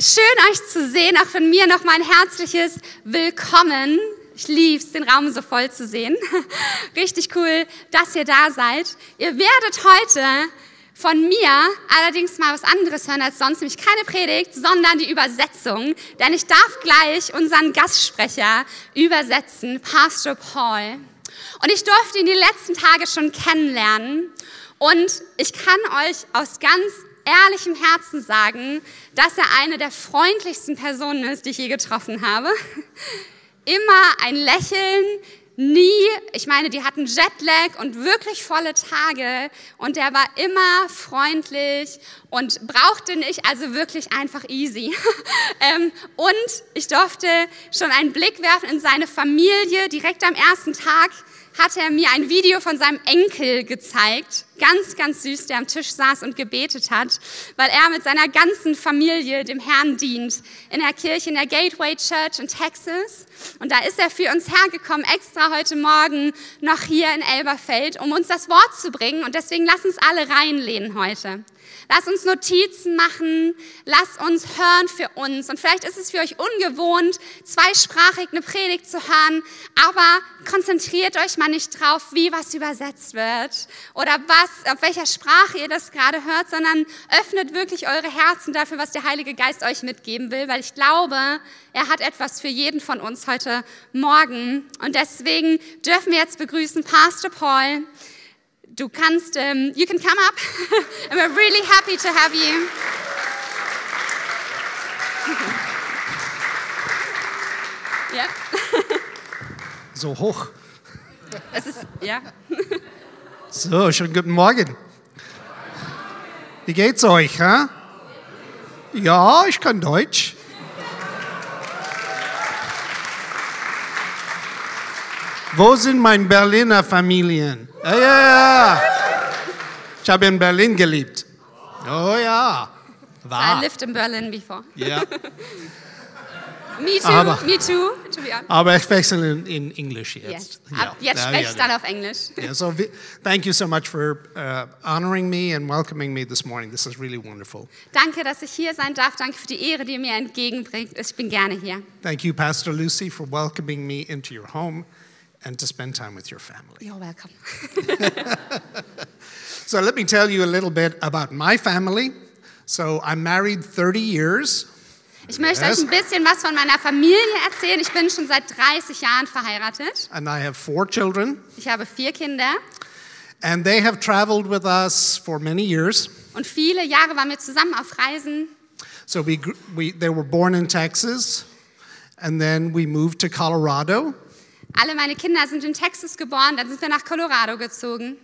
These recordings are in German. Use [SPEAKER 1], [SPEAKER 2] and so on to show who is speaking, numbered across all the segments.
[SPEAKER 1] Schön euch zu sehen, auch von mir nochmal ein herzliches Willkommen. Ich lieb's, den Raum so voll zu sehen. Richtig cool, dass ihr da seid. Ihr werdet heute von mir allerdings mal was anderes hören als sonst, nämlich keine Predigt, sondern die Übersetzung. Denn ich darf gleich unseren Gastsprecher übersetzen, Pastor Paul. Und ich durfte ihn die letzten Tage schon kennenlernen. Und ich kann euch aus ganz ehrlichem Herzen sagen, dass er eine der freundlichsten Personen ist, die ich je getroffen habe. Immer ein Lächeln, nie, ich meine, die hatten Jetlag und wirklich volle Tage und der war immer freundlich und brauchte nicht, also wirklich einfach easy. ähm, und ich durfte schon einen Blick werfen in seine Familie. Direkt am ersten Tag hat er mir ein Video von seinem Enkel gezeigt. Ganz, ganz süß, der am Tisch saß und gebetet hat, weil er mit seiner ganzen Familie dem Herrn dient. In der Kirche, in der Gateway Church in Texas. Und da ist er für uns hergekommen, extra heute Morgen noch hier in Elberfeld, um uns das Wort zu bringen. Und deswegen lass uns alle reinlehnen heute. Lass uns Notizen machen, lass uns hören für uns. Und vielleicht ist es für euch ungewohnt, zweisprachig eine Predigt zu hören, aber konzentriert euch mal nicht drauf, wie was übersetzt wird oder was, auf welcher Sprache ihr das gerade hört, sondern öffnet wirklich eure Herzen dafür, was der Heilige Geist euch mitgeben will, weil ich glaube, er hat etwas für jeden von uns heute Morgen. Und deswegen dürfen wir jetzt begrüßen Pastor Paul. du kannst, um, you can come up. and we're really happy to have you. yep.
[SPEAKER 2] So hoch.
[SPEAKER 1] Es ist, ja.
[SPEAKER 2] So, schönen guten Morgen. Wie geht's euch? Hä? Ja, ich kann Deutsch. Wo sind meine Berliner Familien? Ja, ja, ja. Ich habe in Berlin gelebt. Oh ja.
[SPEAKER 1] I
[SPEAKER 2] War.
[SPEAKER 1] lived in Berlin before.
[SPEAKER 2] Ja.
[SPEAKER 1] Me too,
[SPEAKER 2] Aber-
[SPEAKER 1] me too, to be honest.
[SPEAKER 2] Aber ich wechsle in, in Englisch
[SPEAKER 1] Yes.
[SPEAKER 2] jetzt.
[SPEAKER 1] Ab jetzt
[SPEAKER 2] Ja,
[SPEAKER 1] spreche ich
[SPEAKER 2] ja, ja.
[SPEAKER 1] dann auf Englisch.
[SPEAKER 2] Yeah, so vi- thank you so much for uh, honoring me and welcoming me this morning. This is really wonderful.
[SPEAKER 1] Danke, dass ich hier sein darf. Danke für die Ehre, die ihr mir entgegenbringt. Ich bin gerne hier.
[SPEAKER 2] Thank you, Pastor Lucy, for welcoming me into your home and to spend time with your family.
[SPEAKER 1] You're welcome.
[SPEAKER 2] So, let me tell you a little bit about my family. So, I'm married 30 years.
[SPEAKER 1] Ich möchte
[SPEAKER 2] Yes.
[SPEAKER 1] euch ein bisschen was von meiner Familie erzählen. Ich bin schon seit 30 Jahren verheiratet.
[SPEAKER 2] and I have four children,
[SPEAKER 1] Ich habe vier Kinder
[SPEAKER 2] and they have traveled with us for many years.
[SPEAKER 1] und viele Jahre waren wir zusammen auf Reisen.
[SPEAKER 2] So we, gr- we, they were born in Texas, and then we moved to Colorado,
[SPEAKER 1] Alle meine Kinder sind in Texas geboren, dann sind wir nach Colorado gezogen,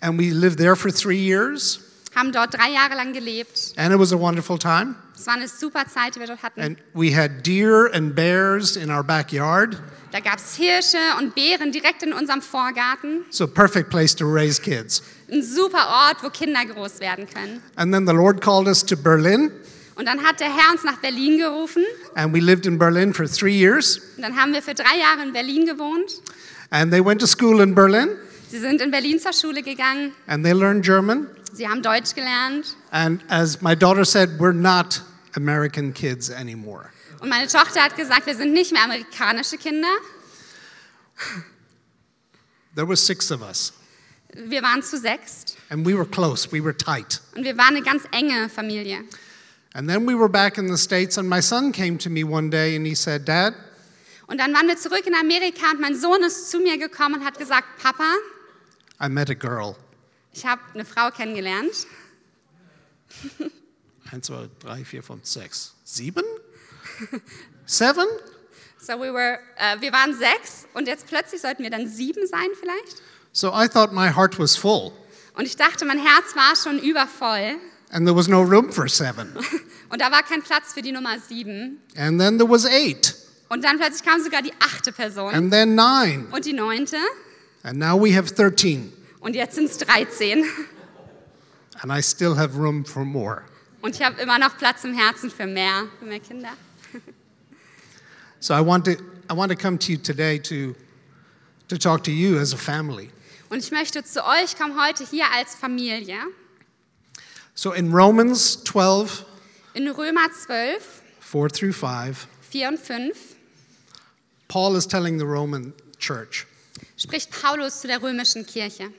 [SPEAKER 2] and we lived there for three years,
[SPEAKER 1] haben dort drei Jahre lang gelebt.
[SPEAKER 2] and it was a wonderful time.
[SPEAKER 1] Es war eine super Zeit, die wir dort hatten.
[SPEAKER 2] And we had deer and bears in our backyard,
[SPEAKER 1] Da gab es Hirsche und Beeren direkt in unserem Vorgarten.
[SPEAKER 2] so perfect place to raise kids.
[SPEAKER 1] Ein super Ort, wo Kinder groß werden können.
[SPEAKER 2] And then the Lord called us to Berlin,
[SPEAKER 1] Und dann hat der Herr uns nach Berlin gerufen.
[SPEAKER 2] and we lived in Berlin for three years.
[SPEAKER 1] Und dann haben wir für drei Jahre in Berlin gewohnt.
[SPEAKER 2] And they went to school in Berlin,
[SPEAKER 1] Sie sind in Berlin zur Schule gegangen.
[SPEAKER 2] and they learned German.
[SPEAKER 1] Sie haben Deutsch gelernt.
[SPEAKER 2] And as my daughter said, we're not American kids anymore.
[SPEAKER 1] Und meine Tochter hat gesagt, wir sind nicht mehr amerikanische Kinder.
[SPEAKER 2] There were six of us,
[SPEAKER 1] Wir waren zu sechst.
[SPEAKER 2] and we were close, we were tight.
[SPEAKER 1] Und wir waren eine ganz enge Familie.
[SPEAKER 2] And then we were back in the States, and my son came to me one day and he said, Dad,
[SPEAKER 1] Und dann waren wir zurück in Amerika und mein Sohn ist zu mir gekommen und hat gesagt, Papa,
[SPEAKER 2] I met a girl.
[SPEAKER 1] ich habe eine Frau kennengelernt.
[SPEAKER 2] Eins, zwei, drei, vier, fünf, sechs. Sieben? Seven?
[SPEAKER 1] So we were, äh, wir waren sechs und jetzt plötzlich sollten wir dann sieben sein vielleicht.
[SPEAKER 2] So I thought my heart was full,
[SPEAKER 1] Und ich dachte, mein Herz war schon übervoll
[SPEAKER 2] and there was no room for seven.
[SPEAKER 1] und da war kein Platz für die Nummer sieben.
[SPEAKER 2] And then there was eight,
[SPEAKER 1] Und dann plötzlich kam sogar die achte Person
[SPEAKER 2] and then nine,
[SPEAKER 1] und die neunte
[SPEAKER 2] and now we have 13,
[SPEAKER 1] und jetzt sind es 13.
[SPEAKER 2] and I still have room for more.
[SPEAKER 1] Und ich habe immer noch Platz im Herzen für mehr, für mehr Kinder.
[SPEAKER 2] So I want to, I want to come to you today to, to talk to you as a family.
[SPEAKER 1] Und ich möchte zu euch kommen heute hier als Familie.
[SPEAKER 2] So in Romans 12,
[SPEAKER 1] In Römer 12,
[SPEAKER 2] 4 through 5,
[SPEAKER 1] 4 und 5
[SPEAKER 2] Paul is telling the Roman church
[SPEAKER 1] spricht Paulus zu der römischen Kirche.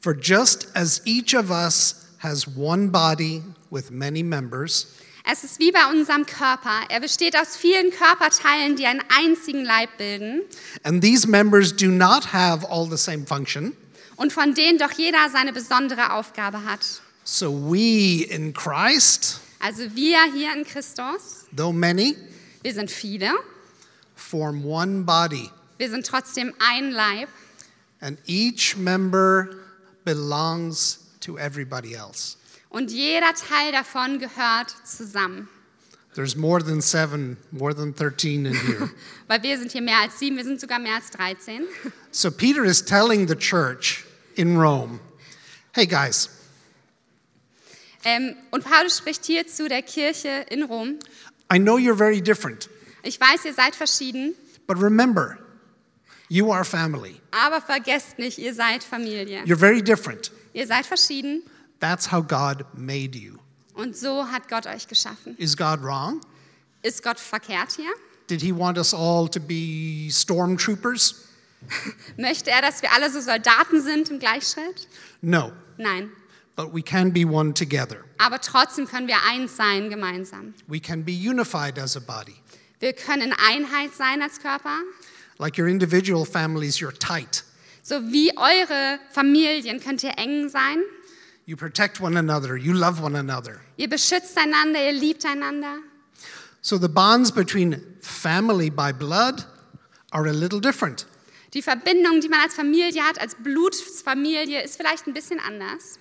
[SPEAKER 2] For just as each of us has one body with many members,
[SPEAKER 1] Es ist wie bei unserem Körper. Er besteht aus vielen Körperteilen, die einen einzigen Leib bilden
[SPEAKER 2] and these members do not have all the same function,
[SPEAKER 1] und von denen doch jeder seine besondere Aufgabe hat.
[SPEAKER 2] so we in Christ,
[SPEAKER 1] Also wir hier in Christus,
[SPEAKER 2] though many,
[SPEAKER 1] wir sind viele,
[SPEAKER 2] form one body,
[SPEAKER 1] wir sind trotzdem ein Leib
[SPEAKER 2] and each member belongs to everybody else.
[SPEAKER 1] und jeder Teil davon gehört zusammen.
[SPEAKER 2] There's more than seven, more than 13 in here.
[SPEAKER 1] Weil wir sind hier mehr als sieben, wir sind sogar mehr als 13.
[SPEAKER 2] so Peter is telling the church in Rome hey, guys,
[SPEAKER 1] Ähm, und Paulus spricht hier zu der Kirche in Rom.
[SPEAKER 2] I know you're very different.
[SPEAKER 1] Ich weiß, ihr seid verschieden,
[SPEAKER 2] But remember, you are family.
[SPEAKER 1] aber vergesst nicht, ihr seid Familie.
[SPEAKER 2] You're very different.
[SPEAKER 1] Ihr seid verschieden
[SPEAKER 2] That's how God made you.
[SPEAKER 1] und so hat Gott euch geschaffen.
[SPEAKER 2] Is God wrong?
[SPEAKER 1] Ist Gott verkehrt hier?
[SPEAKER 2] Did he want us all to be stormtroopers?
[SPEAKER 1] Möchte er, dass wir alle so Soldaten sind im Gleichschritt?
[SPEAKER 2] No,
[SPEAKER 1] Nein.
[SPEAKER 2] but we can be one together.
[SPEAKER 1] Aber trotzdem können wir eins sein gemeinsam.
[SPEAKER 2] We can be unified as a body.
[SPEAKER 1] Wir können in Einheit sein als Körper,
[SPEAKER 2] Like your individual families, you're tight.
[SPEAKER 1] so wie eure Familien könnt ihr eng sein.
[SPEAKER 2] You protect one another, you love one another.
[SPEAKER 1] Ihr beschützt einander, ihr liebt einander.
[SPEAKER 2] So the bonds between family by blood are a little different.
[SPEAKER 1] Die Verbindung, die man als Familie hat, als Blutsfamilie, ist vielleicht ein bisschen anders.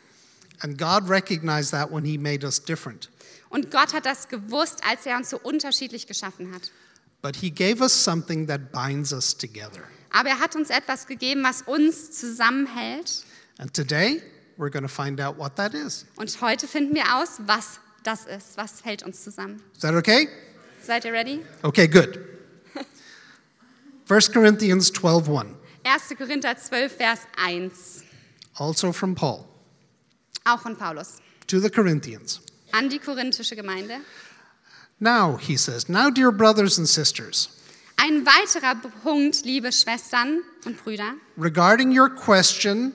[SPEAKER 2] And God recognized that when he made us different.
[SPEAKER 1] Und Gott hat das gewusst, als er uns so unterschiedlich geschaffen hat.
[SPEAKER 2] But he gave us something that binds us together.
[SPEAKER 1] Aber er hat uns etwas gegeben, was uns zusammenhält.
[SPEAKER 2] And today, we're going to find out what that is.
[SPEAKER 1] Und heute finden wir aus, was das ist. Was hält uns zusammen?
[SPEAKER 2] Is that okay?
[SPEAKER 1] Seid ihr ready?
[SPEAKER 2] Okay, good. 1 Corinthians 12:1,
[SPEAKER 1] 1. Korinther 12, Vers 1.
[SPEAKER 2] also from Paul
[SPEAKER 1] Auch von Paulus.
[SPEAKER 2] to the Corinthians.
[SPEAKER 1] An die korinthische Gemeinde.
[SPEAKER 2] Now, he says, "Now dear brothers and sisters,
[SPEAKER 1] Ein weiterer Punkt, liebe Schwestern und Brüder,
[SPEAKER 2] regarding your question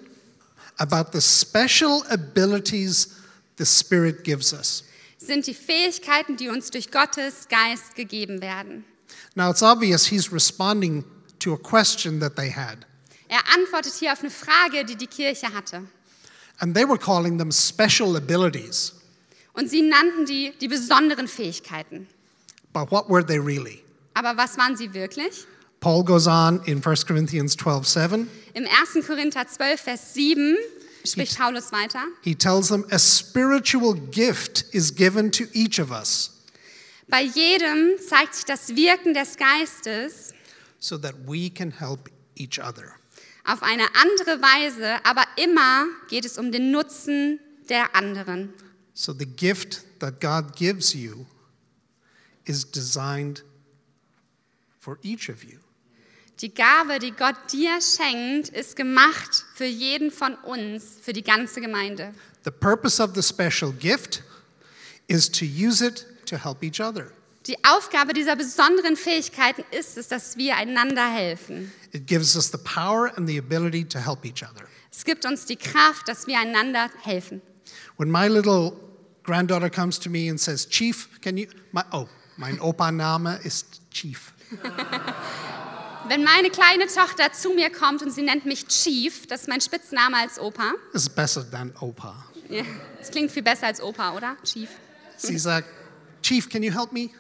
[SPEAKER 2] about the special abilities the Spirit gives us."
[SPEAKER 1] sind die Fähigkeiten, die uns durch Gottes Geist gegeben werden.
[SPEAKER 2] Now, it's obvious he's responding to a question that they had,
[SPEAKER 1] Er antwortet hier auf eine Frage, die die Kirche hatte.
[SPEAKER 2] and they were calling them special abilities.
[SPEAKER 1] Und sie nannten die die besonderen Fähigkeiten.
[SPEAKER 2] But what were they really?
[SPEAKER 1] Aber was waren sie wirklich?
[SPEAKER 2] Paul goes on in 1 Corinthians 12:7.
[SPEAKER 1] Im 1. Korinther 12, Vers 7 spricht Paulus weiter.
[SPEAKER 2] He tells them a spiritual gift is given to each of us
[SPEAKER 1] Bei jedem zeigt sich das Wirken des Geistes
[SPEAKER 2] so that we can help each other.
[SPEAKER 1] auf eine andere Weise, aber immer geht es um den Nutzen der anderen.
[SPEAKER 2] So the gift that God gives you is designed for each of you.
[SPEAKER 1] Die Gabe, die Gott dir schenkt, ist gemacht für jeden von uns, für die ganze Gemeinde.
[SPEAKER 2] The purpose of the special gift is to use it to help each other.
[SPEAKER 1] Die Aufgabe dieser besonderen Fähigkeiten ist es, dass wir einander helfen.
[SPEAKER 2] It gives us the power and the ability to help each other.
[SPEAKER 1] Es gibt uns die Kraft, dass wir einander helfen.
[SPEAKER 2] When my little granddaughter comes to me and says, Chief, can you? My, oh, mein Opa-Name ist Chief.
[SPEAKER 1] Wenn meine kleine Tochter zu mir kommt und sie nennt mich Chief, das ist mein Spitzname als Opa.
[SPEAKER 2] Ist besser than Opa.
[SPEAKER 1] Ja, Das klingt viel besser als Opa, oder? Chief.
[SPEAKER 2] Sie sagt, Chief, can you help me?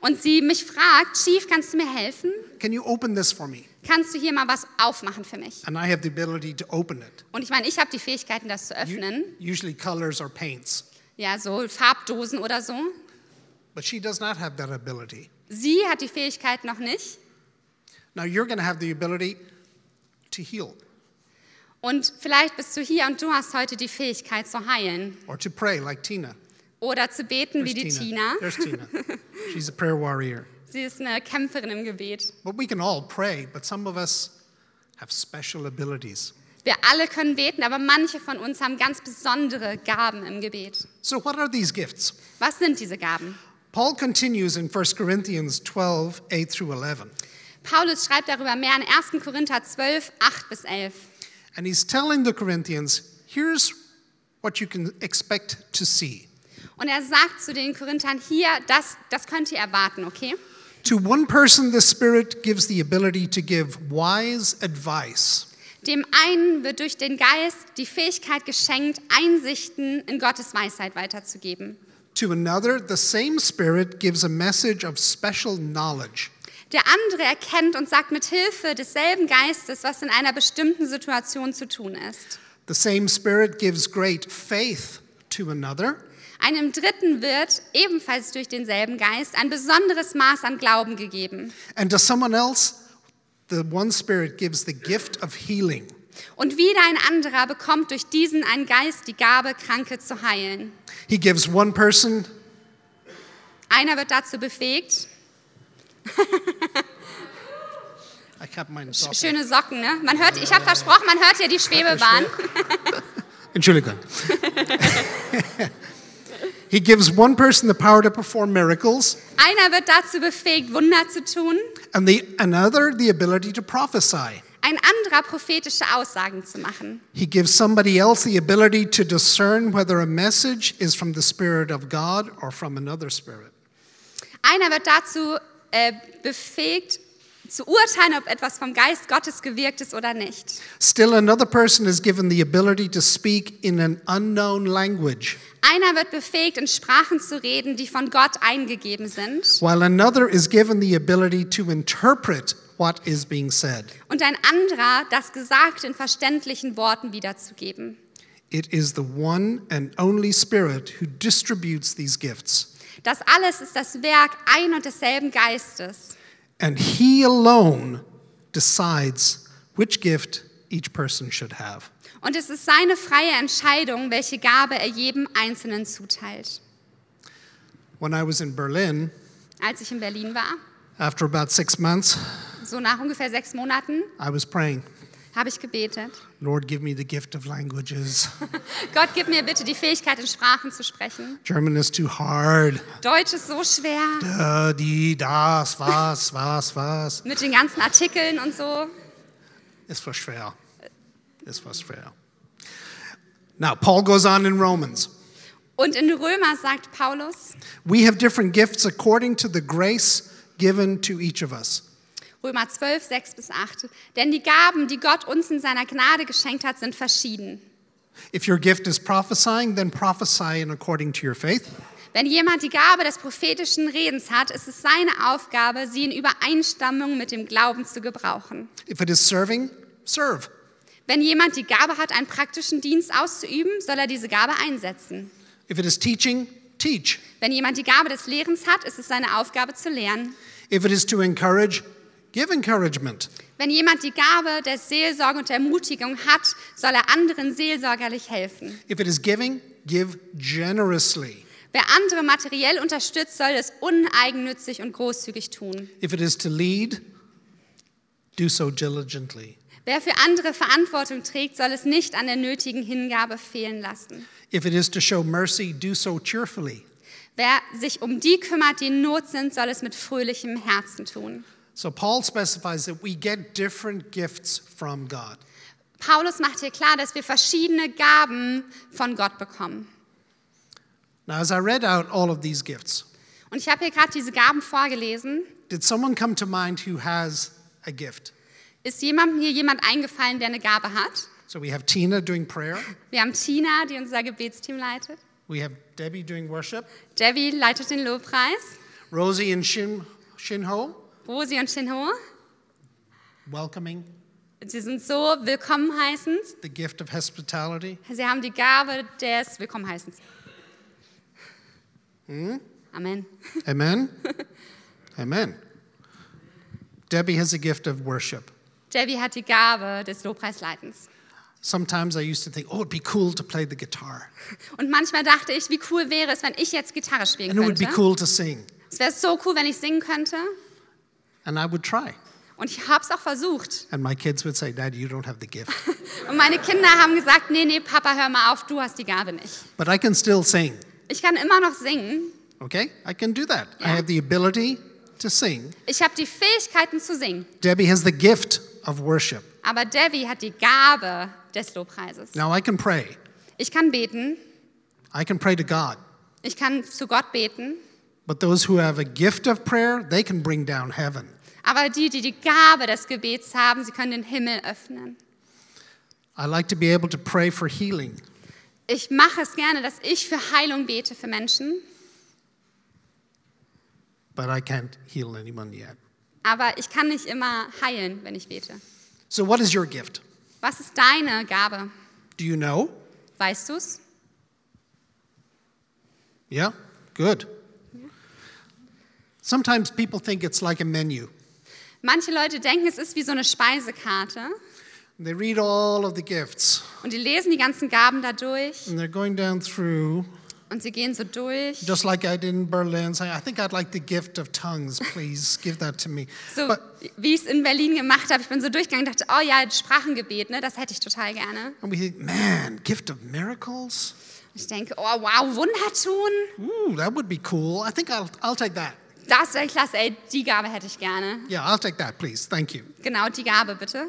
[SPEAKER 1] Und sie mich fragt, Chief, kannst du mir helfen?
[SPEAKER 2] Can you open this for me?
[SPEAKER 1] Kannst du hier mal was aufmachen für mich?
[SPEAKER 2] And I have the ability to open it.
[SPEAKER 1] Und ich meine, ich habe die Fähigkeiten, das zu
[SPEAKER 2] U-
[SPEAKER 1] öffnen.
[SPEAKER 2] Usually colors or paints.
[SPEAKER 1] Ja, so Farbdosen oder so.
[SPEAKER 2] But she does not have that ability.
[SPEAKER 1] Sie hat die Fähigkeit noch nicht.
[SPEAKER 2] Now you're going to have the ability to heal
[SPEAKER 1] Und vielleicht bist du hier und du hast heute die Fähigkeit zu heilen
[SPEAKER 2] or to pray like Tina.
[SPEAKER 1] oder zu beten wie die
[SPEAKER 2] There's
[SPEAKER 1] Tina.
[SPEAKER 2] There's Tina. She's a prayer warrior.
[SPEAKER 1] Sie ist eine Kämpferin im Gebet.
[SPEAKER 2] But we can all pray, but some of us have special abilities.
[SPEAKER 1] Wir alle können beten, aber manche von uns haben ganz besondere Gaben im Gebet.
[SPEAKER 2] So what are these gifts?
[SPEAKER 1] Was sind diese Gaben?
[SPEAKER 2] Paul continues in 1 Corinthians 12, 8 through 11.
[SPEAKER 1] Paulus schreibt darüber mehr in 1. Korinther 12, 8 bis 11.
[SPEAKER 2] And he's telling the Corinthians, here's what you can expect to see.
[SPEAKER 1] Und er sagt zu den Korinthern hier, das, das könnt ihr erwarten, okay?
[SPEAKER 2] To one person, the Spirit gives the ability to give wise advice,
[SPEAKER 1] Dem einen wird durch den Geist die Fähigkeit geschenkt, Einsichten in Gottes Weisheit weiterzugeben.
[SPEAKER 2] to another, the same Spirit gives a message of special knowledge.
[SPEAKER 1] Der andere erkennt und sagt mit Hilfe desselben Geistes, was in einer bestimmten Situation zu tun ist.
[SPEAKER 2] The same Spirit gives great faith to another,
[SPEAKER 1] Einem dritten wird ebenfalls durch denselben Geist ein besonderes Maß an Glauben gegeben.
[SPEAKER 2] and to someone else, the one Spirit gives the gift of healing.
[SPEAKER 1] Und wieder ein anderer bekommt durch diesen einen Geist die Gabe, Kranke zu heilen.
[SPEAKER 2] He gives one person
[SPEAKER 1] Einer wird dazu befähigt,
[SPEAKER 2] I kept mine soft.
[SPEAKER 1] schöne Socken, ne? Man hört, ich habe versprochen, man hört hier die Schwebebahn.
[SPEAKER 2] Entschuldigung. he gives one person the power to perform miracles
[SPEAKER 1] Einer wird dazu befähigt, Wunder zu tun,
[SPEAKER 2] and the another the ability to prophesy.
[SPEAKER 1] ein anderer prophetische Aussagen zu machen.
[SPEAKER 2] He gives somebody else the ability to discern whether a message is from the spirit of God or from another spirit.
[SPEAKER 1] Einer wird dazu äh, befähigt, zu urteilen, ob etwas vom Geist Gottes gewirkt ist oder nicht.
[SPEAKER 2] Still another person is given the ability to speak in an unknown language,
[SPEAKER 1] Einer wird befähigt, in Sprachen zu reden, die von Gott eingegeben sind.
[SPEAKER 2] while another is given the ability to interpret what is being said.
[SPEAKER 1] Und ein anderer, das Gesagte in verständlichen Worten wiederzugeben.
[SPEAKER 2] It is the one and only spirit who distributes these gifts.
[SPEAKER 1] Das alles ist das Werk ein und desselben Geistes.
[SPEAKER 2] And he alone decides which gift each person should have.
[SPEAKER 1] Und es ist seine freie Entscheidung, welche Gabe er jedem Einzelnen zuteilt.
[SPEAKER 2] When I was in Berlin,
[SPEAKER 1] Als ich in Berlin war,
[SPEAKER 2] after about six months,
[SPEAKER 1] so nach ungefähr sechs Monaten,
[SPEAKER 2] I was praying,
[SPEAKER 1] habe ich gebetet.
[SPEAKER 2] Lord, give me the gift of languages.
[SPEAKER 1] Gott, gib mir bitte die Fähigkeit, in Sprachen zu sprechen.
[SPEAKER 2] German is too hard. Uh,
[SPEAKER 1] Deutsch ist so schwer
[SPEAKER 2] Da, die, das, was, was, was.
[SPEAKER 1] mit den ganzen Artikeln und so.
[SPEAKER 2] Es war schwer. Es war schwer. Now, Paul goes on in Romans.
[SPEAKER 1] Und in Römer sagt Paulus,
[SPEAKER 2] We have different gifts according to the grace given to each of us.
[SPEAKER 1] Römer 12, 6 bis 8, denn die Gaben, die Gott uns in seiner Gnade geschenkt hat, sind verschieden.
[SPEAKER 2] If your gift is prophesying, then prophesy in according to your faith.
[SPEAKER 1] Wenn jemand die Gabe des prophetischen Redens hat, ist es seine Aufgabe, sie in Übereinstimmung mit dem Glauben zu gebrauchen.
[SPEAKER 2] If it is serving, serve.
[SPEAKER 1] Wenn jemand die Gabe hat, einen praktischen Dienst auszuüben, soll er diese Gabe einsetzen.
[SPEAKER 2] If it is teaching, teach.
[SPEAKER 1] Wenn jemand die Gabe des Lehrens hat, ist es seine Aufgabe zu lehren.
[SPEAKER 2] If it is to encourage, give encouragement.
[SPEAKER 1] Wenn jemand die Gabe der Seelsorge und der Ermutigung hat, soll er anderen seelsorgerlich helfen.
[SPEAKER 2] If it is giving, give generously.
[SPEAKER 1] Wer andere materiell unterstützt, soll es uneigennützig und großzügig tun.
[SPEAKER 2] If it is to lead, do so diligently.
[SPEAKER 1] Wer für andere Verantwortung trägt, soll es nicht an der nötigen Hingabe fehlen lassen.
[SPEAKER 2] If it is to show mercy, do so cheerfully.
[SPEAKER 1] Wer sich um die kümmert, die in Not sind, soll es mit fröhlichem Herzen tun.
[SPEAKER 2] So Paul specifies that we get different gifts from God.
[SPEAKER 1] Paulus macht hier klar, dass wir verschiedene Gaben von Gott bekommen.
[SPEAKER 2] Now, as I read out all of these gifts,
[SPEAKER 1] Und ich habe hier gerade diese Gaben vorgelesen.
[SPEAKER 2] did someone come to mind who has a gift?
[SPEAKER 1] Ist jemandem hier jemand eingefallen, der eine Gabe hat?
[SPEAKER 2] So we have Tina doing prayer,
[SPEAKER 1] Wir haben Tina, die unser Gebetsteam leitet.
[SPEAKER 2] we have Debbie doing worship,
[SPEAKER 1] Debbie leitet den Lobpreis.
[SPEAKER 2] Rosie and Shin, Shinho,
[SPEAKER 1] Rosi und Shinho,
[SPEAKER 2] welcoming
[SPEAKER 1] sie sind so willkommen heißend.
[SPEAKER 2] the gift of hospitality.
[SPEAKER 1] Sie haben die Gabe des willkommen heißens.
[SPEAKER 2] Hm?
[SPEAKER 1] Amen.
[SPEAKER 2] Amen. Amen. Debbie has a gift of worship.
[SPEAKER 1] Debbie hat die Gabe des Lobpreisleitens.
[SPEAKER 2] Sometimes I used to think, oh, it'd be cool to play the guitar,
[SPEAKER 1] Und manchmal dachte ich, wie cool wäre es, wenn ich jetzt Gitarre spielen
[SPEAKER 2] and it would be
[SPEAKER 1] könnte.
[SPEAKER 2] cool to sing,
[SPEAKER 1] Es wäre so cool, wenn ich singen könnte.
[SPEAKER 2] and I would try.
[SPEAKER 1] Und ich habe es auch versucht.
[SPEAKER 2] And my kids would say, Dad, you don't have the gift,
[SPEAKER 1] Und meine Kinder haben gesagt, nee, nee, Papa, hör mal auf, du hast die Gabe nicht.
[SPEAKER 2] but I can still sing.
[SPEAKER 1] Ich kann immer noch singen.
[SPEAKER 2] Okay? I can do that. I
[SPEAKER 1] Yeah.
[SPEAKER 2] have the ability to sing.
[SPEAKER 1] Ich habe die Fähigkeiten zu singen,
[SPEAKER 2] Debbie has the gift of worship.
[SPEAKER 1] aber Debbie hat die Gabe des Lobpreises.
[SPEAKER 2] Now I can pray.
[SPEAKER 1] Ich kann beten,
[SPEAKER 2] I can pray to God.
[SPEAKER 1] ich kann zu Gott beten,
[SPEAKER 2] But those who have a gift of prayer, they can bring down heaven.
[SPEAKER 1] aber die, die die Gabe des Gebets haben, sie können den Himmel öffnen.
[SPEAKER 2] I like to be able to pray for healing.
[SPEAKER 1] Ich mache es gerne, dass ich für Heilung bete für Menschen,
[SPEAKER 2] but I can't heal anyone yet.
[SPEAKER 1] aber ich kann nicht immer heilen, wenn ich bete.
[SPEAKER 2] So, what is your gift?
[SPEAKER 1] Was ist deine Gabe?
[SPEAKER 2] Do you know?
[SPEAKER 1] Weißt du's?
[SPEAKER 2] Yeah, good. Sometimes people think it's like a menu.
[SPEAKER 1] Manche Leute denken, es ist wie so eine Speisekarte
[SPEAKER 2] They read all of the gifts
[SPEAKER 1] und die lesen die ganzen Gaben da durch
[SPEAKER 2] and they're going down through,
[SPEAKER 1] und sie gehen so durch.
[SPEAKER 2] just like I did in Berlin, saying, I think I'd like the gift of tongues, please give that to me.
[SPEAKER 1] So
[SPEAKER 2] But,
[SPEAKER 1] wie ich es in Berlin gemacht habe, ich bin so durchgegangen und dachte, oh ja, Sprachengebet, ne, das hätte ich total gerne.
[SPEAKER 2] and we think, man, gift of miracles?
[SPEAKER 1] Und ich denke, oh wow, Wunder tun,
[SPEAKER 2] Ooh, that would be cool. I think I'll, I'll take that.
[SPEAKER 1] das wäre klasse, ey, die Gabe hätte ich gerne.
[SPEAKER 2] Yeah, I'll take that, please. Thank you.
[SPEAKER 1] Genau, die Gabe bitte.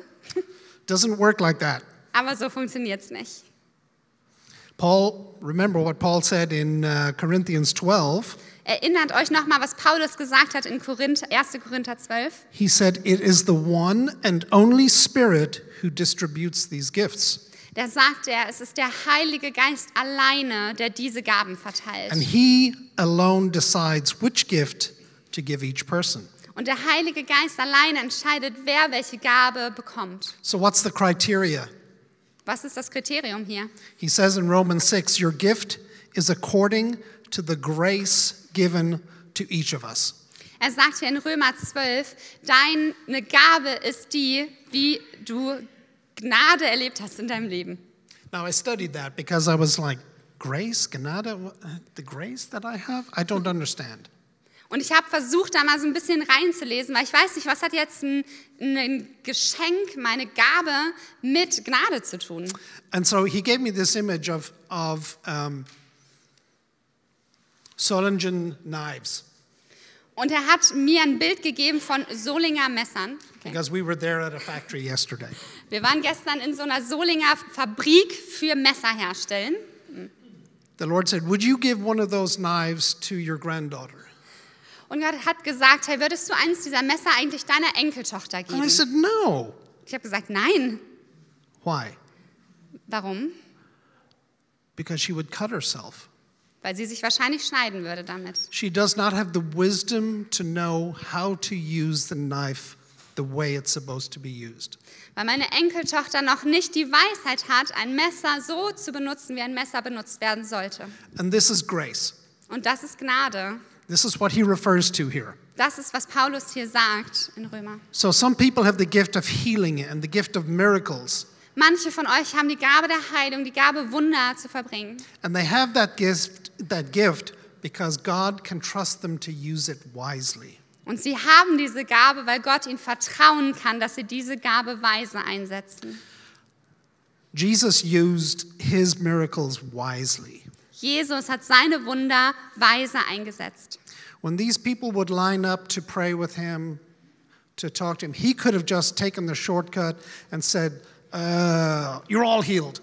[SPEAKER 2] Doesn't work like that.
[SPEAKER 1] Aber so funktioniert es nicht.
[SPEAKER 2] Paul, remember what Paul said in uh, Corinthians 12.
[SPEAKER 1] Erinnert euch nochmal, was Paulus gesagt hat in Korinth, 1. Korinther 12.
[SPEAKER 2] He said, It is the one and only Spirit who distributes these gifts,
[SPEAKER 1] Da sagt er, es ist der Heilige Geist alleine, der diese Gaben verteilt.
[SPEAKER 2] and He alone decides which gift to give each person.
[SPEAKER 1] Und der Heilige Geist alleine entscheidet, wer welche Gabe bekommt.
[SPEAKER 2] So, what's the criteria?
[SPEAKER 1] Was ist das Kriterium hier?
[SPEAKER 2] He says in Romans 6 Your gift is according to the grace given to each of us.
[SPEAKER 1] Er sagt hier in Römer 12, deine Gabe ist die, wie du Gnade erlebt hast in deinem Leben.
[SPEAKER 2] Now, I studied that because I was like, Grace, Gnada, What- uh, the grace that I have? I don't understand.
[SPEAKER 1] Und ich habe versucht, da mal so ein bisschen reinzulesen, weil ich weiß nicht, was hat jetzt ein, ein Geschenk, meine Gabe mit Gnade zu tun.
[SPEAKER 2] And so he gave me this image of, of um, Solingen knives.
[SPEAKER 1] Und er hat mir ein Bild gegeben von Solinger Messern. Okay.
[SPEAKER 2] Because we were there at a factory yesterday.
[SPEAKER 1] Wir waren gestern in so einer Solinger Fabrik für Messer herstellen.
[SPEAKER 2] The Lord said, Would you give one of those knives to your granddaughter?
[SPEAKER 1] Und Gott hat gesagt, hey, würdest du eines dieser Messer eigentlich deiner Enkeltochter
[SPEAKER 2] And I
[SPEAKER 1] geben?
[SPEAKER 2] said, No.
[SPEAKER 1] Ich habe gesagt, nein.
[SPEAKER 2] Why?
[SPEAKER 1] Warum?
[SPEAKER 2] Because she would cut herself.
[SPEAKER 1] Weil sie sich wahrscheinlich schneiden würde damit.
[SPEAKER 2] She does not have the wisdom to know how to use the knife the way it's supposed to be used.
[SPEAKER 1] Weil meine Enkeltochter noch nicht die Weisheit hat, ein Messer so zu benutzen, wie ein Messer benutzt werden sollte.
[SPEAKER 2] And this is grace.
[SPEAKER 1] Und das ist Gnade.
[SPEAKER 2] This is what he refers to here.
[SPEAKER 1] Das ist, was Paulus hier sagt in Römer.
[SPEAKER 2] So some people have the gift of healing and the gift of miracles,
[SPEAKER 1] Manche von euch haben die Gabe der Heilung, die Gabe, Wunder zu verbringen.
[SPEAKER 2] and they have that gift, that gift because God can trust them to use it wisely.
[SPEAKER 1] Und sie haben diese Gabe, weil Gott ihnen vertrauen kann, dass sie diese Gabe weise einsetzen.
[SPEAKER 2] Jesus used his miracles wisely.
[SPEAKER 1] Jesus hat seine Wunder weise eingesetzt.
[SPEAKER 2] When these people would line up to pray with him, to talk to him, he could have just taken the shortcut and said, uh, You're all healed.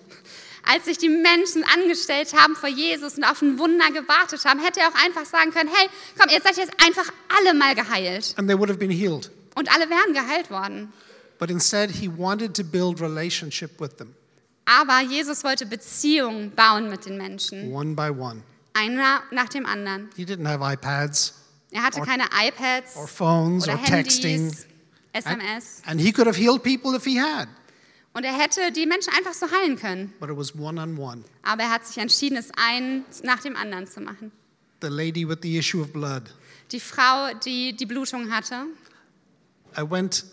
[SPEAKER 1] Als sich die Menschen angestellt haben vor Jesus und auf ein Wunder gewartet haben, hätte er auch einfach sagen können, hey, komm, ihr seid jetzt einfach alle mal geheilt.
[SPEAKER 2] And they would have been healed.
[SPEAKER 1] Und alle wären geheilt worden.
[SPEAKER 2] But instead, he wanted to build relationship with them,
[SPEAKER 1] Aber Jesus wollte Beziehungen bauen mit den Menschen,
[SPEAKER 2] one by one.
[SPEAKER 1] einer nach dem anderen.
[SPEAKER 2] He didn't have iPads
[SPEAKER 1] Er hatte keine iPads
[SPEAKER 2] or phones
[SPEAKER 1] oder
[SPEAKER 2] or texting.
[SPEAKER 1] Handys, SMS.
[SPEAKER 2] And he could have healed people if he had,
[SPEAKER 1] Und er hätte die Menschen einfach so heilen können.
[SPEAKER 2] but it was one on one.
[SPEAKER 1] Aber er hat sich entschieden, es eins nach dem anderen zu machen.
[SPEAKER 2] The lady with the issue of blood.
[SPEAKER 1] Die Frau, die die Blutung hatte,
[SPEAKER 2] I went,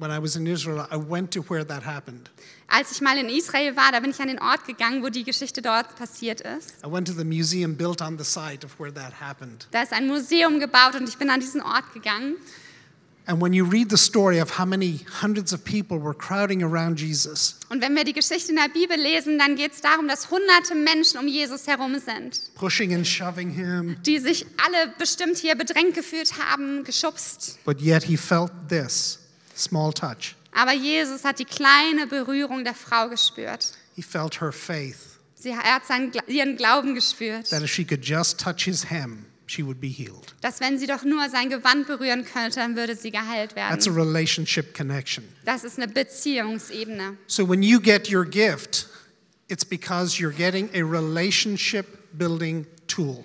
[SPEAKER 2] when I was in Israel, I went to where that happened.
[SPEAKER 1] als ich mal in Israel war, da bin ich an den Ort gegangen, wo die Geschichte dort passiert ist.
[SPEAKER 2] I went to the museum built on the site of where that happened.
[SPEAKER 1] Da ist ein Museum gebaut und ich bin an diesen Ort gegangen.
[SPEAKER 2] And when you read the story of how many hundreds of people were crowding around Jesus,
[SPEAKER 1] Und wenn wir die Geschichte in der Bibel lesen, dann geht es darum, dass hunderte Menschen um Jesus herum sind,
[SPEAKER 2] pushing and shoving him,
[SPEAKER 1] die sich alle bestimmt hier bedrängt gefühlt haben, geschubst.
[SPEAKER 2] but yet he felt this small touch.
[SPEAKER 1] Aber Jesus hat die kleine Berührung der Frau gespürt.
[SPEAKER 2] He felt her faith
[SPEAKER 1] Sie, er hat seinen, Gla- ihren Glauben gespürt,
[SPEAKER 2] that if she could just touch his hem, she would be healed.
[SPEAKER 1] dass wenn sie doch nur sein Gewand berühren könnte, dann würde sie geheilt
[SPEAKER 2] That's a
[SPEAKER 1] werden.
[SPEAKER 2] relationship connection.
[SPEAKER 1] Das ist eine Beziehungsebene.
[SPEAKER 2] So when you get your gift, it's because you're getting a relationship building tool.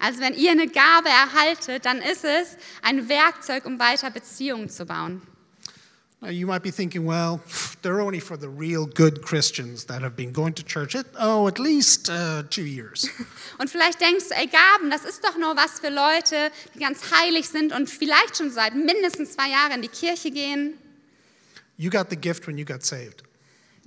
[SPEAKER 1] Also wenn ihr eine Gabe erhaltet, dann ist es ein Werkzeug, um weiter Beziehungen zu bauen.
[SPEAKER 2] Now you might be thinking, well, they're only for the real good Christians that have been going to church at oh at least uh, two years.
[SPEAKER 1] Und vielleicht denkst du, ey Gaben, das ist doch nur was für Leute, die ganz heilig sind und vielleicht schon seit mindestens zwei Jahren in die Kirche gehen.
[SPEAKER 2] you got the gift when you got saved.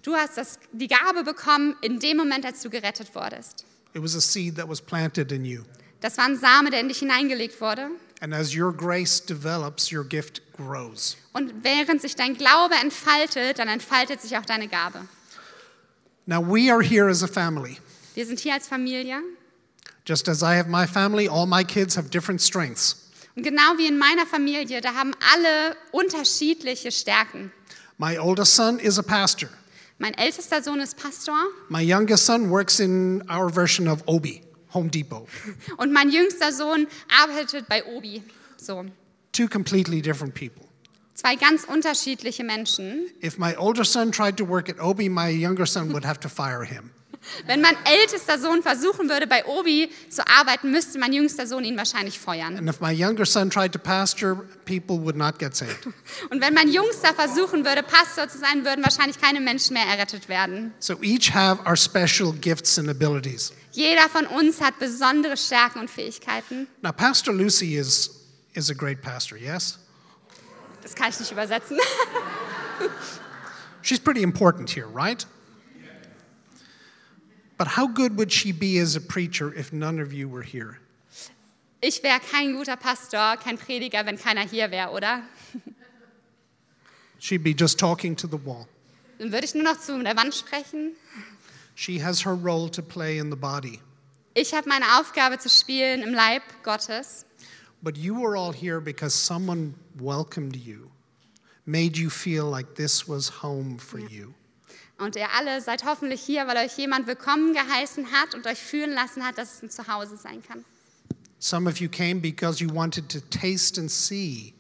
[SPEAKER 1] Du hast das, die Gabe bekommen in dem Moment, als du gerettet wurdest.
[SPEAKER 2] It was a seed that was planted in you,
[SPEAKER 1] Das war ein Same, der in dich hineingelegt wurde.
[SPEAKER 2] and as your grace develops, your gift grows.
[SPEAKER 1] Und während sich dein Glaube entfaltet, dann entfaltet sich auch deine Gabe.
[SPEAKER 2] Now we are here as a family.
[SPEAKER 1] Wir sind hier als Familie.
[SPEAKER 2] Just as I have my family, all my kids have different strengths.
[SPEAKER 1] Und genau wie in meiner Familie, da haben alle unterschiedliche Stärken.
[SPEAKER 2] My oldest son is a pastor.
[SPEAKER 1] Mein ältester Sohn ist Pastor
[SPEAKER 2] My youngest son works in our version of Obi, Home Depot.
[SPEAKER 1] und mein jüngster Sohn arbeitet bei Obi. So,
[SPEAKER 2] Two completely different people.
[SPEAKER 1] zwei ganz unterschiedliche Menschen.
[SPEAKER 2] If my older son tried to work at Obi, my younger son would have to fire him.
[SPEAKER 1] Wenn mein ältester Sohn versuchen würde, bei Obi zu arbeiten, müsste mein jüngster Sohn ihn wahrscheinlich feuern.
[SPEAKER 2] And if my younger son tried to pastor, people would not get saved.
[SPEAKER 1] Und wenn mein jüngster versuchen würde, Pastor zu sein, würden wahrscheinlich keine Menschen mehr errettet werden.
[SPEAKER 2] So each have our special gifts and abilities.
[SPEAKER 1] Jeder von uns hat besondere Stärken und Fähigkeiten.
[SPEAKER 2] Now, Pastor Lucy is, is a great pastor, yes?
[SPEAKER 1] Das kann ich nicht übersetzen.
[SPEAKER 2] She's pretty important here, right? But how good would she be as a preacher if none of you were here?
[SPEAKER 1] Ich wäre kein guter Pastor, kein Prediger, wenn keiner hier wäre, oder?
[SPEAKER 2] She'd be just talking to the wall.
[SPEAKER 1] Dann würde ich nur noch zu der Wand sprechen.
[SPEAKER 2] She has her role to play in the body.
[SPEAKER 1] Ich habe meine Aufgabe zu spielen im Leib Gottes.
[SPEAKER 2] But you were all here because someone welcomed you, made you feel like this was home for you.
[SPEAKER 1] Und ihr alle seid hoffentlich hier, weil euch jemand willkommen geheißen hat und euch fühlen lassen hat, dass es ein Zuhause sein kann.
[SPEAKER 2] Some of you came because you wanted to taste and see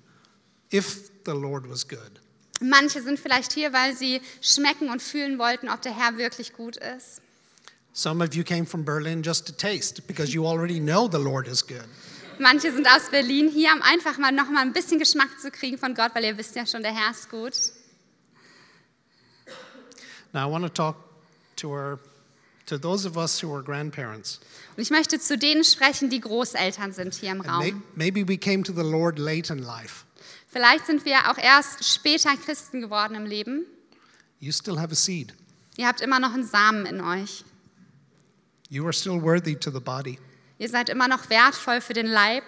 [SPEAKER 2] if the Lord was good.
[SPEAKER 1] Manche sind vielleicht hier, weil sie schmecken und fühlen wollten, ob der Herr wirklich gut ist.
[SPEAKER 2] Some of you came from Berlin just to taste because you already know the Lord is good.
[SPEAKER 1] Manche sind aus Berlin hier, um einfach mal noch mal ein bisschen Geschmack zu kriegen von Gott, weil ihr wisst ja schon, der Herr ist gut.
[SPEAKER 2] Now I want to talk to our to those of us who are grandparents.
[SPEAKER 1] Und ich möchte zu denen sprechen, die Großeltern sind hier im
[SPEAKER 2] And may,
[SPEAKER 1] Raum.
[SPEAKER 2] maybe we came to the Lord late in life.
[SPEAKER 1] Vielleicht sind wir auch erst später Christen geworden im Leben.
[SPEAKER 2] You still have a seed.
[SPEAKER 1] Ihr habt immer noch einen Samen in euch.
[SPEAKER 2] You are still worthy to the body.
[SPEAKER 1] Ihr seid immer noch wertvoll für den Leib.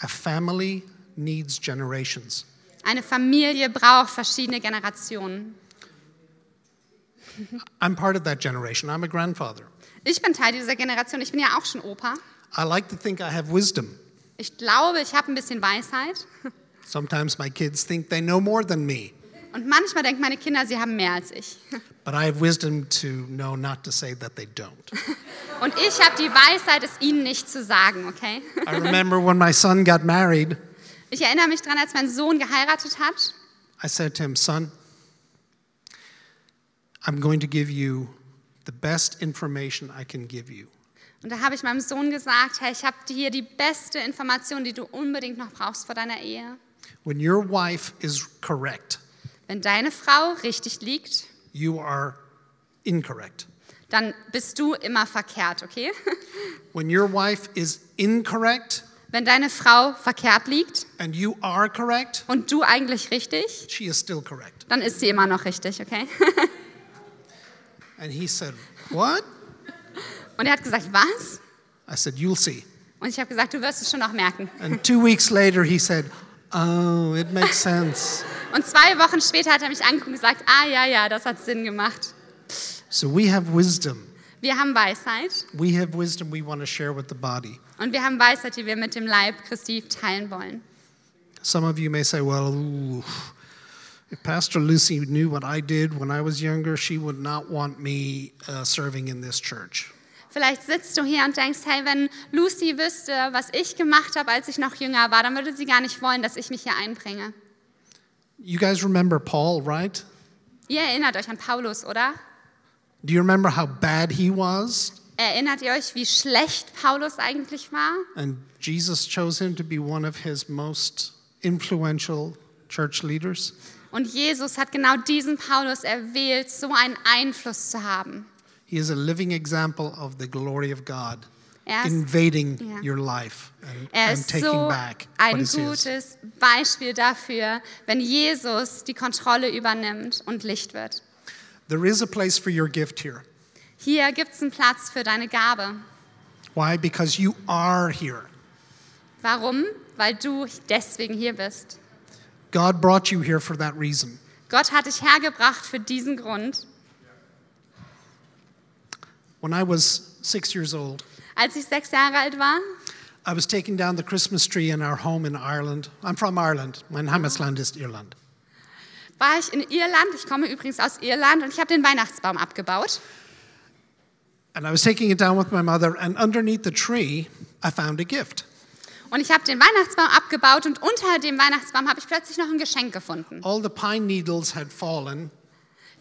[SPEAKER 2] A family needs generations.
[SPEAKER 1] Eine Familie braucht verschiedene Generationen.
[SPEAKER 2] I'm part of that generation. I'm a grandfather.
[SPEAKER 1] Ich bin Teil dieser Generation. Ich bin ja auch schon Opa.
[SPEAKER 2] I like to think I have wisdom.
[SPEAKER 1] Ich glaube, ich habe ein bisschen Weisheit.
[SPEAKER 2] Sometimes my kids think they know more than me,
[SPEAKER 1] Und manchmal denken meine Kinder, sie haben mehr als ich.
[SPEAKER 2] but I have wisdom to know not to say that they don't.
[SPEAKER 1] Und ich habe die Weisheit, es ihnen nicht zu sagen, okay?
[SPEAKER 2] I remember when my son got married,
[SPEAKER 1] Ich erinnere mich daran, als mein Sohn geheiratet hat,
[SPEAKER 2] I said to him, Son, I'm going to give you the best information I can give you.
[SPEAKER 1] Und da habe ich meinem Sohn gesagt, hey, ich habe hier die beste Information, die du unbedingt noch brauchst vor deiner Ehe.
[SPEAKER 2] When your wife is correct,
[SPEAKER 1] Wenn deine Frau richtig liegt,
[SPEAKER 2] you are incorrect.
[SPEAKER 1] dann bist du immer verkehrt, okay?
[SPEAKER 2] When your wife is incorrect
[SPEAKER 1] Wenn deine Frau verkehrt liegt
[SPEAKER 2] and you are correct,
[SPEAKER 1] und du eigentlich richtig,
[SPEAKER 2] she is still correct.
[SPEAKER 1] dann ist sie immer noch richtig, okay?
[SPEAKER 2] And he said, What?
[SPEAKER 1] Und er hat gesagt, was?
[SPEAKER 2] I said, You'll see.
[SPEAKER 1] Und ich habe gesagt, du wirst es schon noch merken.
[SPEAKER 2] And two weeks later, he said, Oh, it makes sense.
[SPEAKER 1] Und zwei Wochen später hat er mich angeguckt und gesagt, ah ja, ja, das hat Sinn gemacht.
[SPEAKER 2] So we have wisdom.
[SPEAKER 1] Wir haben Weisheit
[SPEAKER 2] We have wisdom we want to share with the body.
[SPEAKER 1] und wir haben Weisheit, die wir mit dem Leib Christi teilen wollen.
[SPEAKER 2] Some of you may say, well, ooh, if Pastor Lucy knew what I did when I was younger, she would not want me uh, serving in this church.
[SPEAKER 1] Vielleicht sitzt du hier und denkst, hey, wenn Lucy wüsste, was ich gemacht habe, als ich noch jünger war, dann würde sie gar nicht wollen, dass ich mich hier einbringe.
[SPEAKER 2] You guys remember Paul, right?
[SPEAKER 1] Ihr erinnert euch an Paulus, oder?
[SPEAKER 2] Do you remember how bad he was?
[SPEAKER 1] Erinnert ihr euch, wie schlecht Paulus eigentlich war?
[SPEAKER 2] And Jesus chose him to be one of his most influential church leaders.
[SPEAKER 1] Und Jesus hat genau diesen Paulus erwählt, so einen Einfluss zu haben.
[SPEAKER 2] He is a living example of the glory of God
[SPEAKER 1] Er ist,
[SPEAKER 2] invading
[SPEAKER 1] yeah.
[SPEAKER 2] your life and,
[SPEAKER 1] er
[SPEAKER 2] and
[SPEAKER 1] ist
[SPEAKER 2] taking
[SPEAKER 1] so
[SPEAKER 2] back what
[SPEAKER 1] ein
[SPEAKER 2] is his.
[SPEAKER 1] gutes Beispiel dafür, wenn Jesus die Kontrolle übernimmt und Licht wird.
[SPEAKER 2] There is a place for your gift here.
[SPEAKER 1] Hier gibt es einen Platz für deine Gabe.
[SPEAKER 2] Why? Because you are here.
[SPEAKER 1] Warum? Weil du deswegen hier bist.
[SPEAKER 2] God brought you here for that reason.
[SPEAKER 1] Gott hat dich hergebracht für diesen Grund.
[SPEAKER 2] When I was six years old,
[SPEAKER 1] Als ich sechs Jahre alt war,
[SPEAKER 2] I was taking down the Christmas tree in our home in Ireland. I'm from Ireland. Mein Heimatland ist Irland.
[SPEAKER 1] war ich in Irland. Ich komme übrigens aus Irland und ich habe den Weihnachtsbaum abgebaut.
[SPEAKER 2] And I was taking it down with my mother, and underneath the tree, I found a gift.
[SPEAKER 1] Und ich habe den Weihnachtsbaum abgebaut und unter dem Weihnachtsbaum habe ich plötzlich noch ein Geschenk gefunden.
[SPEAKER 2] All the pine needles had fallen.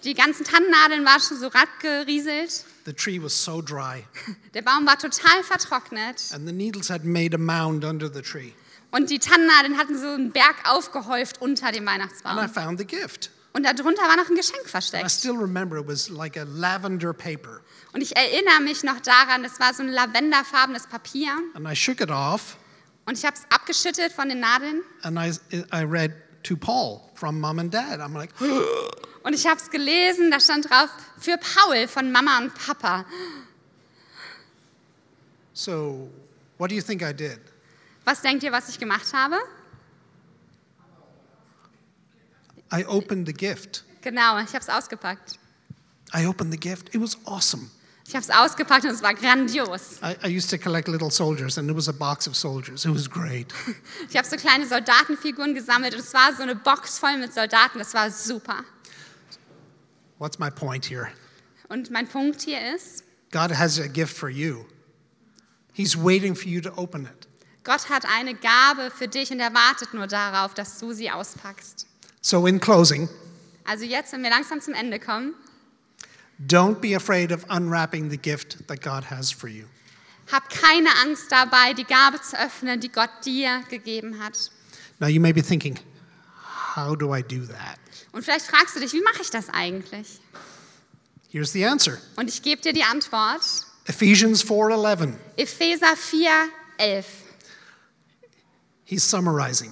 [SPEAKER 1] Die ganzen Tannennadeln waren schon so radgerieselt.
[SPEAKER 2] The tree was so dry,
[SPEAKER 1] Der Baum war total vertrocknet
[SPEAKER 2] and the needles had made a mound under the tree.
[SPEAKER 1] und die Tannennadeln hatten so einen Berg aufgehäuft unter dem
[SPEAKER 2] And I
[SPEAKER 1] Weihnachtsbaum.
[SPEAKER 2] found the gift.
[SPEAKER 1] Und darunter war noch ein Geschenk
[SPEAKER 2] I
[SPEAKER 1] versteckt.
[SPEAKER 2] still remember it was like a lavender paper.
[SPEAKER 1] Und ich erinnere mich noch daran, das war so ein lavenderfarbenes Papier.
[SPEAKER 2] And I shook it off,
[SPEAKER 1] Und ich habe es abgeschüttelt von den Nadeln.
[SPEAKER 2] and I, I read to Paul from mom and dad. I'm like,
[SPEAKER 1] Und ich habe es gelesen, da stand drauf, für Paul von Mama und Papa.
[SPEAKER 2] So, what do you think I did?
[SPEAKER 1] Was denkt ihr, was ich gemacht habe?
[SPEAKER 2] I opened the gift.
[SPEAKER 1] Genau, ich habe es ausgepackt.
[SPEAKER 2] I opened the gift. It was awesome.
[SPEAKER 1] Ich habe es ausgepackt und es war grandios.
[SPEAKER 2] I, I used to collect little soldiers, and it was a box of soldiers. It was great.
[SPEAKER 1] Ich habe so kleine Soldatenfiguren gesammelt und es war so eine Box voll mit Soldaten. Das war super.
[SPEAKER 2] What's my point here?
[SPEAKER 1] Und mein Punkt hier ist,
[SPEAKER 2] God has a gift for you. He's waiting for you to open it.
[SPEAKER 1] Gott hat eine Gabe für dich und er wartet nur darauf, dass du sie auspackst.
[SPEAKER 2] So, in closing,
[SPEAKER 1] Also jetzt, wenn wir langsam zum Ende kommen,
[SPEAKER 2] don't be afraid of unwrapping the gift that God has for you.
[SPEAKER 1] hab keine Angst dabei, die Gabe zu öffnen, die Gott dir gegeben hat.
[SPEAKER 2] Now, you may be thinking, how do I do that?
[SPEAKER 1] Und vielleicht fragst du dich, wie mache ich das eigentlich?
[SPEAKER 2] Here's the answer
[SPEAKER 1] Und ich gebe dir die Antwort.
[SPEAKER 2] Ephesians 4:11.
[SPEAKER 1] Epheser 4, 11.
[SPEAKER 2] He's summarizing.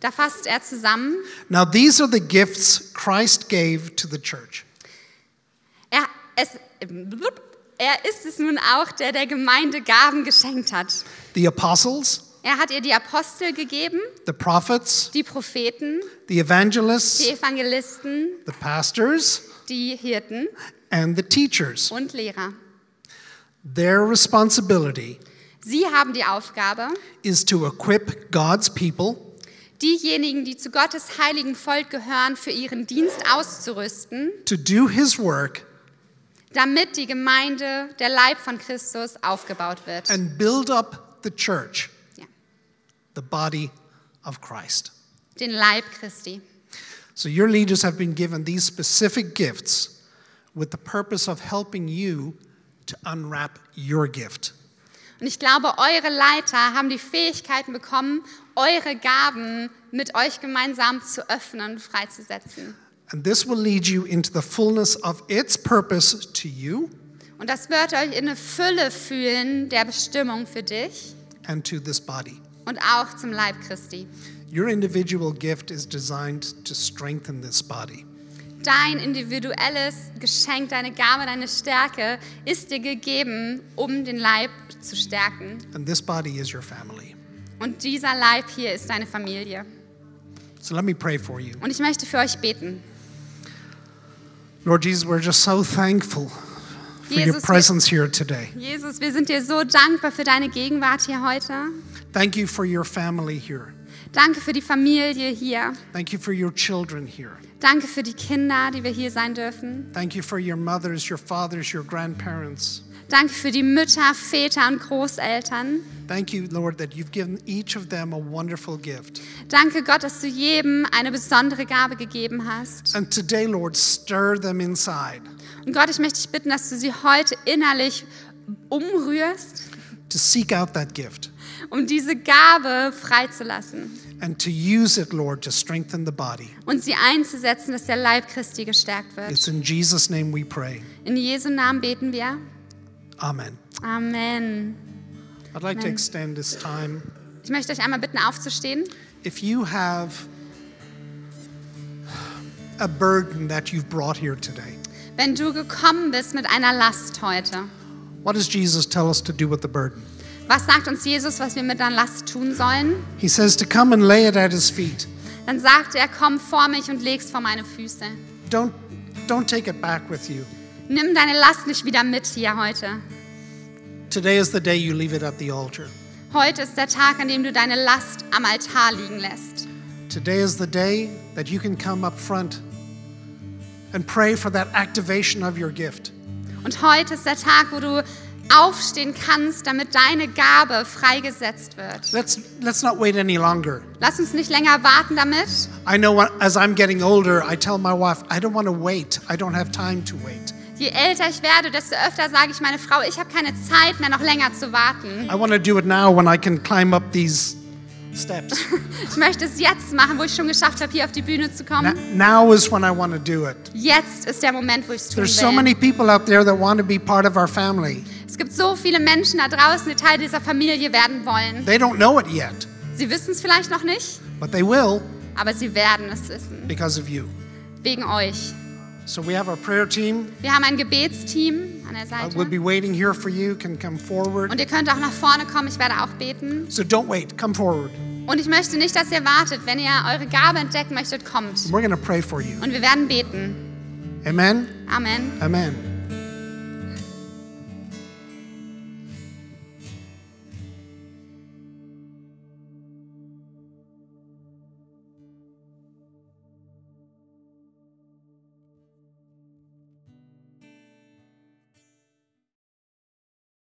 [SPEAKER 1] Da fasst er zusammen.
[SPEAKER 2] Now, these are the gifts Christ gave to the church.
[SPEAKER 1] Er, es, er ist es nun auch, der der Gemeinde Gaben geschenkt hat.
[SPEAKER 2] the apostles,
[SPEAKER 1] Er hat ihr die Apostel gegeben,
[SPEAKER 2] the prophets,
[SPEAKER 1] die Propheten,
[SPEAKER 2] the
[SPEAKER 1] die
[SPEAKER 2] evangelists,
[SPEAKER 1] Evangelisten,
[SPEAKER 2] the pastors,
[SPEAKER 1] die Hirten
[SPEAKER 2] and the teachers.
[SPEAKER 1] und Lehrer.
[SPEAKER 2] Their responsibility
[SPEAKER 1] Sie haben die Aufgabe,
[SPEAKER 2] is to equip God's people
[SPEAKER 1] diejenigen, die zu Gottes heiligen Volk gehören, für ihren Dienst auszurüsten,
[SPEAKER 2] to do his work
[SPEAKER 1] damit die Gemeinde, der Leib von Christus, aufgebaut wird.
[SPEAKER 2] and build up the church,
[SPEAKER 1] Ja.
[SPEAKER 2] the body of Christ.
[SPEAKER 1] Den Leib Christi.
[SPEAKER 2] So, your leaders have been given these specific gifts with the purpose of helping you to unwrap your gift.
[SPEAKER 1] Und ich glaube, eure Leiter haben die Fähigkeiten bekommen, eure Gaben mit euch gemeinsam zu öffnen und freizusetzen.
[SPEAKER 2] And this will lead you into the fullness of its purpose to you
[SPEAKER 1] Und das wird euch in eine Fülle fühlen der Bestimmung für dich
[SPEAKER 2] and to this body.
[SPEAKER 1] und auch zum Leib Christi.
[SPEAKER 2] Your individual gift is designed to strengthen this body.
[SPEAKER 1] Dein individuelles Geschenk, deine Gabe, deine Stärke ist dir gegeben, um den Leib zu stärken.
[SPEAKER 2] And this body is your family.
[SPEAKER 1] Und dieser Leib hier ist deine Familie.
[SPEAKER 2] So let me pray for you.
[SPEAKER 1] Und ich möchte für euch beten.
[SPEAKER 2] Lord Jesus, we're just so thankful for your
[SPEAKER 1] Jesus, wir,
[SPEAKER 2] presence here today.
[SPEAKER 1] Jesus, wir sind dir so dankbar für deine Gegenwart hier heute.
[SPEAKER 2] Thank you for your family here.
[SPEAKER 1] Danke für die Familie hier.
[SPEAKER 2] Thank you for your children here.
[SPEAKER 1] Danke für die Kinder, die wir hier sein dürfen.
[SPEAKER 2] Thank you for your mothers, your fathers, your grandparents.
[SPEAKER 1] Danke für die Mütter, Väter und Großeltern.
[SPEAKER 2] Thank you, Lord, that you've given each of them a wonderful gift.
[SPEAKER 1] Danke Gott, dass du jedem eine besondere Gabe gegeben hast.
[SPEAKER 2] And today, Lord, stir them inside
[SPEAKER 1] Und Gott, ich möchte dich bitten, dass du sie heute innerlich umrührst,
[SPEAKER 2] to seek out that gift
[SPEAKER 1] um diese Gabe freizulassen
[SPEAKER 2] and to use it, Lord, to strengthen the body.
[SPEAKER 1] und sie einzusetzen, dass der Leib Christi gestärkt wird.
[SPEAKER 2] It's in Jesus' name we pray.
[SPEAKER 1] In Jesu Namen beten wir.
[SPEAKER 2] Amen.
[SPEAKER 1] Amen.
[SPEAKER 2] I'd like to extend this time.
[SPEAKER 1] Ich möchte euch einmal bitten, aufzustehen.
[SPEAKER 2] If you have a burden that you've brought here today,
[SPEAKER 1] Wenn du gekommen bist mit einer Last heute,
[SPEAKER 2] what does Jesus tell us to do with the burden?
[SPEAKER 1] was sagt uns Jesus, was wir mit einer Last tun sollen?
[SPEAKER 2] He says to come and lay it at his feet.
[SPEAKER 1] Dann sagt er, komm vor mich und leg's vor meine Füße.
[SPEAKER 2] Don't, don't take it back with you.
[SPEAKER 1] Nimm deine Last nicht wieder mit hier heute.
[SPEAKER 2] Today is the day you leave it at the altar.
[SPEAKER 1] Heute ist der Tag, an dem du deine Last am Altar liegen lässt.
[SPEAKER 2] Today is the day that you can come up front and pray for that activation of your gift.
[SPEAKER 1] Und heute ist der Tag, wo du aufstehen kannst, damit deine Gabe freigesetzt wird.
[SPEAKER 2] Let's, let's not wait any longer.
[SPEAKER 1] Lass uns nicht länger warten damit.
[SPEAKER 2] I know when- as I'm getting older, I tell my wife, I don't want to wait. I don't have time to wait.
[SPEAKER 1] Je älter ich werde, desto öfter sage ich meine Frau, ich habe keine Zeit mehr, noch länger zu warten.
[SPEAKER 2] I want to do it now when I can climb up these steps.
[SPEAKER 1] Ich möchte es jetzt machen, wo ich schon geschafft habe, hier auf die Bühne zu
[SPEAKER 2] Na-
[SPEAKER 1] kommen.
[SPEAKER 2] now is when I want to do it.
[SPEAKER 1] Jetzt ist der Moment, wo ich es tun
[SPEAKER 2] There's so many
[SPEAKER 1] will.
[SPEAKER 2] people out there that want to be part of our family.
[SPEAKER 1] Es gibt so viele Menschen da draußen, die Teil dieser Familie werden wollen.
[SPEAKER 2] They don't know it yet,
[SPEAKER 1] Sie wissen es vielleicht noch nicht,
[SPEAKER 2] but they will
[SPEAKER 1] aber sie werden es wissen.
[SPEAKER 2] because of you.
[SPEAKER 1] Wegen euch.
[SPEAKER 2] So we have our prayer team.
[SPEAKER 1] Wir haben ein Gebetsteam an der
[SPEAKER 2] Uh,
[SPEAKER 1] Seite.
[SPEAKER 2] we'll be waiting here for you. Can come forward.
[SPEAKER 1] Und ihr könnt auch nach vorne kommen, ich werde auch beten.
[SPEAKER 2] So don't wait. Come forward.
[SPEAKER 1] Und ich möchte nicht, dass ihr wartet. Wenn ihr eure Gabe entdecken möchtet, kommt.
[SPEAKER 2] We're going to pray for you.
[SPEAKER 1] Und wir werden beten.
[SPEAKER 2] Amen.
[SPEAKER 1] Amen.
[SPEAKER 2] Amen.